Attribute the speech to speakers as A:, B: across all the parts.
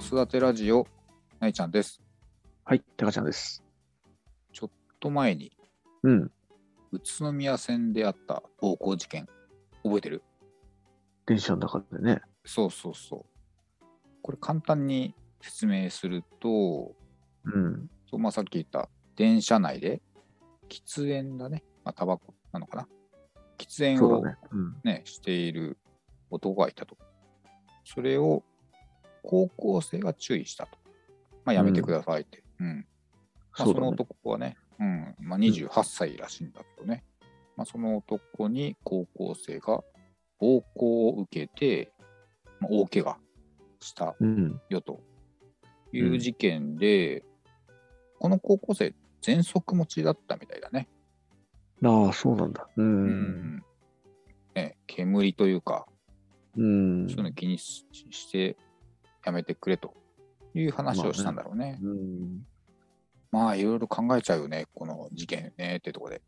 A: 育てラジオ、ないちゃんです。
B: はい、タカちゃんです。
A: ちょっと前に、
B: うん。
A: 宇都宮線であった暴行事件、覚えてる
B: 電車の中でね。
A: そうそうそう。これ簡単に説明すると、
B: うん。
A: そうまあ、さっき言った電車内で、喫煙だね、まあ、タバコなのかな。喫煙
B: そう
A: を
B: だね。うん。
A: ね、している男がいたと。それを高校生が注意したと。まあ、やめてくださいって。うん。まあ、
B: そ
A: そう
B: だ
A: の
B: ね。
A: 男はね、うんまあ、28歳らしいんだけどね、まあ、その男に高校生が暴行を受けて、まあ、大怪我した
B: うん。
A: よとい
B: うん
A: う事件で、この高校生、喘息持ちだったみたいだね。
B: ああ、そうなんだ。う。
A: うんんね煙というか、
B: うん。
A: そういうの気にししてやめてくれという話をしたんだろうね。
B: うん。
A: まあ、いろいろ考えちゃうよね、この事件ねってとこで。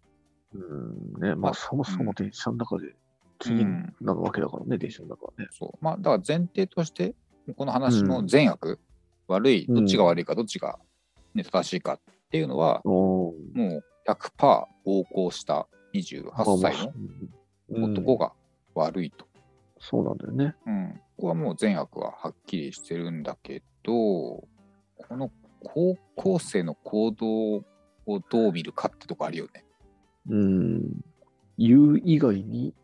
B: うん。ね、ま
A: あ
B: あ、そもそも電車の中で、次
A: うん
B: なわけだからね、電車の中はね。
A: そう。まあ、だから前提として、この話の善悪、悪い、どっちが悪いか、どっちが、ね、正しいかっていうのは、
B: おー
A: もう100%暴行した28
B: まあまあ
A: 歳
B: う
A: の
B: ん
A: 男が悪いと。
B: そうなんだよね。
A: うん。ここはもう善悪ははっきりしてるんだけど、この高校生の行動をどう見るかってとこあるよね。
B: うん。言う以外に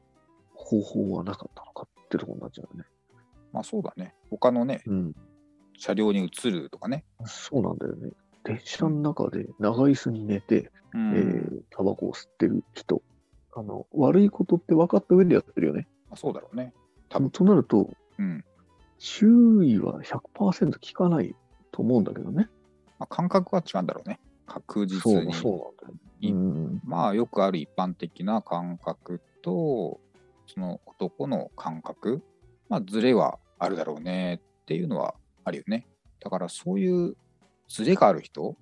B: 方法はなかったのかってとこになっちゃうよね。
A: まあそうだね。他のね、
B: うん。
A: 車両に移るとかね。
B: そうなんだよね。電車の中で長椅子に寝て、
A: うん
B: えータバコを吸ってる人あの、悪いことって分かった上でやってるよね。
A: まあ、そうだろうね。多分
B: となると、
A: うん。
B: 注意は100%効かないと思うんだけどね。
A: まあ、感覚は違うんだろうね。確実
B: そう
A: に。
B: そうなんだ
A: い
B: よ、ね。
A: まあ、よくある一般的な感覚と、その男の感覚、まあ、ズレはあるだろうねっていうのはあるよね。だから、そういうズレがある人、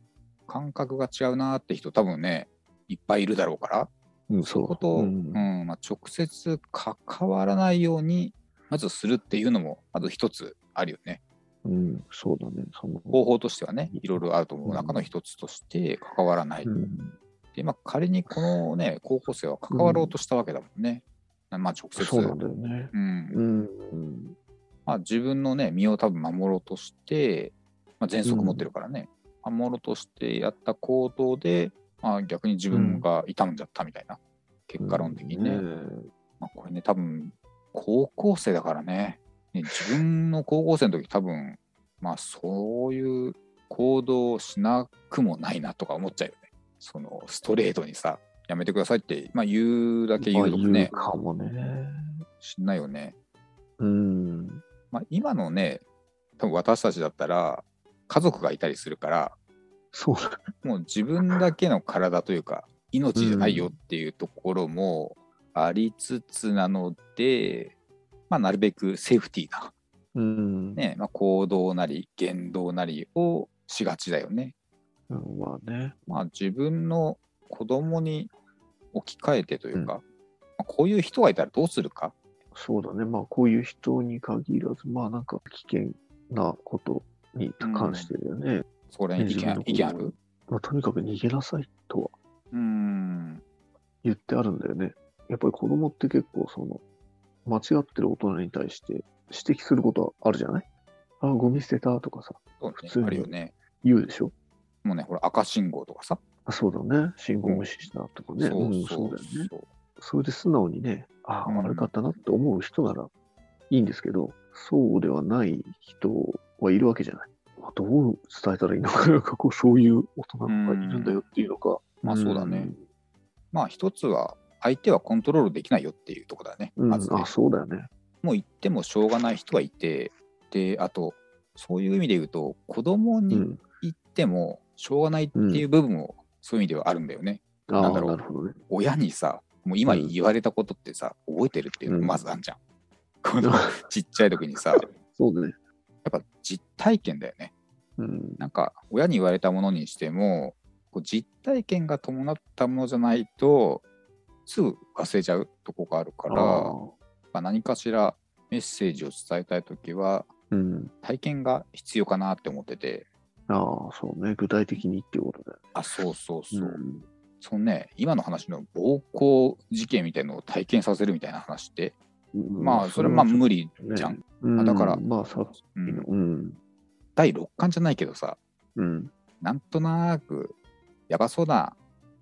A: 感覚が違うなって人、多分ね、いっぱいいるだろうから、
B: うん、うん、そう。
A: ことを、う
B: うんん
A: まあ、直接関わらないように、まずするっていうのも、まず一つあるよね。
B: うん、そうだね。その
A: 方法としてはね、いろいろあると思う
B: うん
A: 中の一つとして、関わらない。
B: うん、
A: で、まあ、仮にこのね、高校生は関わろうとしたわけだもんね。まあ、直接。
B: そうなんだよね。
A: うん
B: うん、うん、
A: まあ、自分のね、身を多分守ろうとして、まあ、喘息持ってるからね、守ろうとしてやった行動で、まあ、逆に自分が痛んじゃったみたいな、結果論的にね。まあ、これね、多分、高校生だからね、ね自分の高校生の時多分、まあ、そういう行動をしなくもないなとか思っちゃうよね。その、ストレートにさ、やめてくださいって、まあ、言うだけ言うとか
B: まあ言
A: ね
B: う、かもね。
A: しないよね。
B: うん、
A: まあ、今のね、多分私たちだったら、家族がいたりするから、
B: そうだ。
A: もう自分だけの体というか、命じゃないよっていうところもありつつなので、まあ、なるべくセーフティーな、
B: うん、
A: ねまあ、行動なり言動なりをしがちだよね。
B: うん、まあね。
A: まあ、自分の子供に置き換えてというか、まあ、こういう人がいたらどうするか、
B: そうだね、まあこういう人に限らず、まあなんか危険なことに関してだよね。
A: それに意見,、
B: ね
A: 意見ある
B: まあ、とにかく逃げなさいとは
A: うん、
B: 言ってあるんだよね。やっぱり子供って結構その、間違ってる大人に対して指摘することはあるじゃないあ、ゴミ捨てたとかさ、
A: そう
B: 普通
A: ね、
B: に
A: あるよね。
B: 言うでしょ
A: もうね、ほら、赤信号とかさ。
B: あそうだね、信号無視したとかね、
A: そ
B: うん
A: う
B: そ
A: そうう
B: だよね。
A: そう。
B: それで素直にね、ああ、
A: うん
B: 悪かったなって思う人ならいいんですけど、そうではない人はいるわけじゃない。まあ、どう伝えたらいいのか、なんかこう、そういう大人がいるんだよっていうのか。
A: まあそうだね。まあ一つは相手はコントロールできないよっていうところだね。
B: うん。
A: まずね
B: あ、そうだよね。
A: もう言ってもしょうがない人はいて、で、あと、そういう意味で言うと、子供
B: う
A: に
B: ん。
A: 言ってもしょうがないっていう部分もそういう意味ではあるんだよね。
B: あ
A: な
B: あ、
A: んだろう
B: なるほどね。
A: 親にさ、もう今
B: うん
A: 言われたことってさ、覚えてるっていうのがまずあんじゃん。こ のちっちゃい時にさ、や
B: そうだね。
A: っぱ実体験だよね。
B: うん。
A: なんか親に言われたものにしてもこう実体験が伴ったものじゃないとすぐ忘れちゃうとこがあるから
B: ああ
A: まあ、何かしらメッセージを伝えたい時は、
B: うん。
A: 体験が必要かなって思ってて、
B: ああ、そうね。具体的にっていうことだよ
A: あ、そうそうそう。
B: ん
A: そのね、今の話の暴行事件みたいのを体験させるみたいな話って、
B: うん
A: まあ、それはまあ無理じゃん。
B: うん
A: あだから
B: まあ、さっ
A: う
B: きの
A: ん、
B: うん。
A: 第6巻じゃないけどさ、
B: うん。
A: なんとなく、やばそうな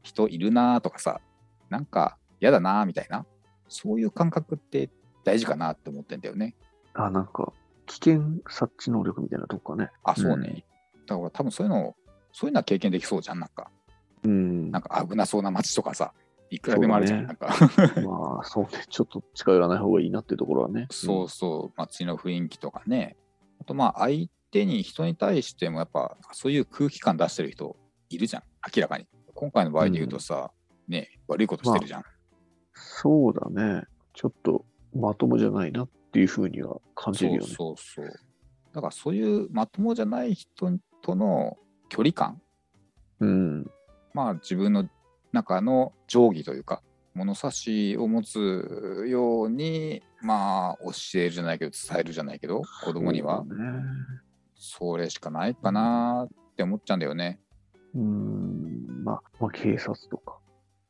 A: 人いるなとかさ、なんか嫌だなみたいな、そういう感覚って大事かなって思ってんだよね。
B: あ、なんか、危険察知能力みたいなとこかね。
A: あ、そうね。だから多分そういうの、そういうのは経験できそうじゃん。なんか、
B: うん。
A: なんか危なそうな街とかさ、いくらでもあるじゃん。
B: そう
A: な
B: だ
A: んか、
B: まあ、そうね。ちょっと近寄らない方がいいなっていうところはね。
A: そうそう、街の雰囲気とかね。あとまあ、相手に、人に対してもやっぱ、そういう空気感出してる人いるじゃん。明らかに。今回の場合で言うとさ、ね、悪いことしてるじゃん。
B: そうだね。ちょっとまともじゃないなっていうふうには感じるよね。
A: そうそうそう。だからそういうまともじゃない人との距離感、
B: うん。
A: まあ自分の中の定規というか、物差しを持つように、まあ教えるじゃないけど、伝えるじゃないけど、子供には
B: そう、だね。
A: それしかないかなって思っちゃうんだよね。
B: うん、まあ、まあ、警察とか、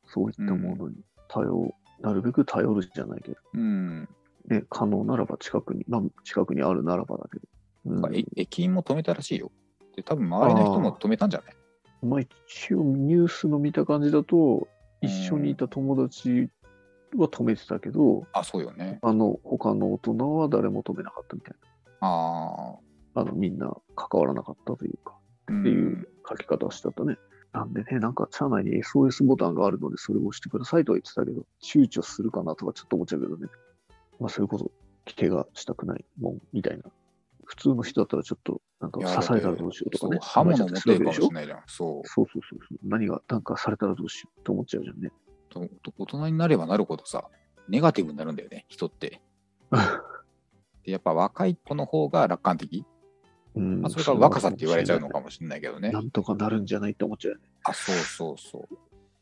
B: そういったものに頼、なるべく頼るじゃないけど、
A: うん。
B: ね、可能ならば近くに、まあ、近くにあるならばだけど。うん
A: まあえ駅員も止めたらしいよ。で、多分周りの人も止めたんじゃない
B: まあ、一応ニュースの見た感じだと、一緒にいた友達は止めてたけど、
A: あ、そうよね。
B: あの、他の大人は誰も止めなかったみたい
A: ああ。
B: な。あの、みんな関わらなかったというか。
A: っ
B: っていう書き方をしてたね。なんでね、なんか社内に SOS ボタンがあるので、それを押してくださいとは言ってたけど、躊躇するかなとかちょっと思っちゃうけどね。まあ、それこそ、怪我したくないもん、みたいな。普通の人だったらちょっと、なんか
A: いや
B: 刺されたらどうしようとかね。
A: 刃
B: 考えちゃ
A: 物持っ
B: ったり
A: て
B: する
A: るかも
B: わけで
A: し
B: しょ
A: れないじゃん。そう。
B: そうそうそうそう。何が、なんかされたらどうしようと思っちゃうじゃんね。
A: と大人になればなるほどさネガティブになるんだよね人ってでやっぱ若い子の方が楽観的、
B: うん
A: まあ、それから若さって言われちゃうのかもしれないけどね
B: なんとかなるんじゃないって思っちゃうよね。
A: あそうそうそう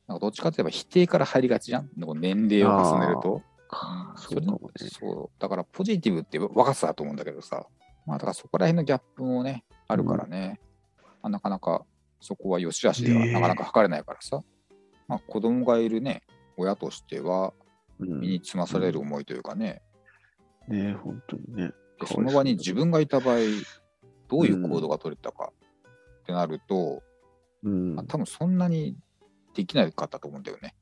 A: なんかどっちかといえば否定から入りがちじゃんこう年齢を重ねると、うん
B: そうかも
A: それ
B: ね。
A: そうだからポジティブって若さだと思うんだけどさまあだからそこら辺のギャップもねあるからね、まあなかなかそこは良し悪しでは
B: ねえ
A: なかなか測れないからさ、まあ子供がいるね親としては
B: うん
A: 身につまされる思いというかね、
B: ね本当にね。
A: でその場に自分がいた場合どういう行動が取れたかってなると、
B: うん
A: まあ、多分そんなにできなかったと思うんだよね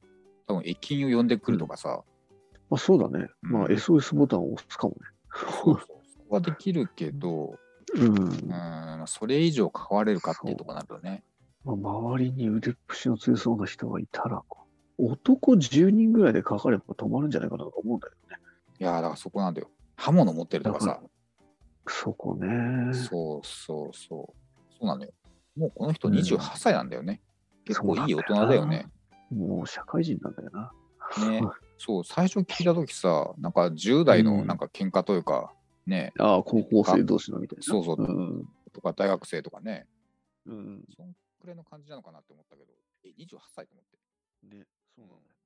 A: 多分駅員を呼んでくるとかさ、
B: まあそうだね。
A: うん
B: まあ SOS ボタンを押すかも
A: そうそうそこはできるけど、
B: ね。うん。
A: うん、まあそれ以上関われるかっていうところになるとね
B: まあ、周りに腕っぷしの強そうな人がいたらこう、男10人ぐらいでかかれば止まるんじゃないかなとか思うんだよね。
A: いやーだからそこなんだよ刃物持ってるとか
B: だ
A: さ
B: かそこね。
A: そうそうそうそうなのよもうこの人
B: うん
A: 28歳なんだよね、結構いい大人だよね
B: もう社会人なんだよな。
A: ね
B: うん
A: そう最初聞いた時さなんか10代
B: う
A: の
B: ん
A: なんか喧嘩というか、ね
B: ああ、高校生同士のみたいな。
A: そうそう
B: うん。
A: とか大学生とかね、
B: うん。
A: そんくらいの感じなのかなって思ったけど、え、28歳と思って。
B: ね、そうなんだよ。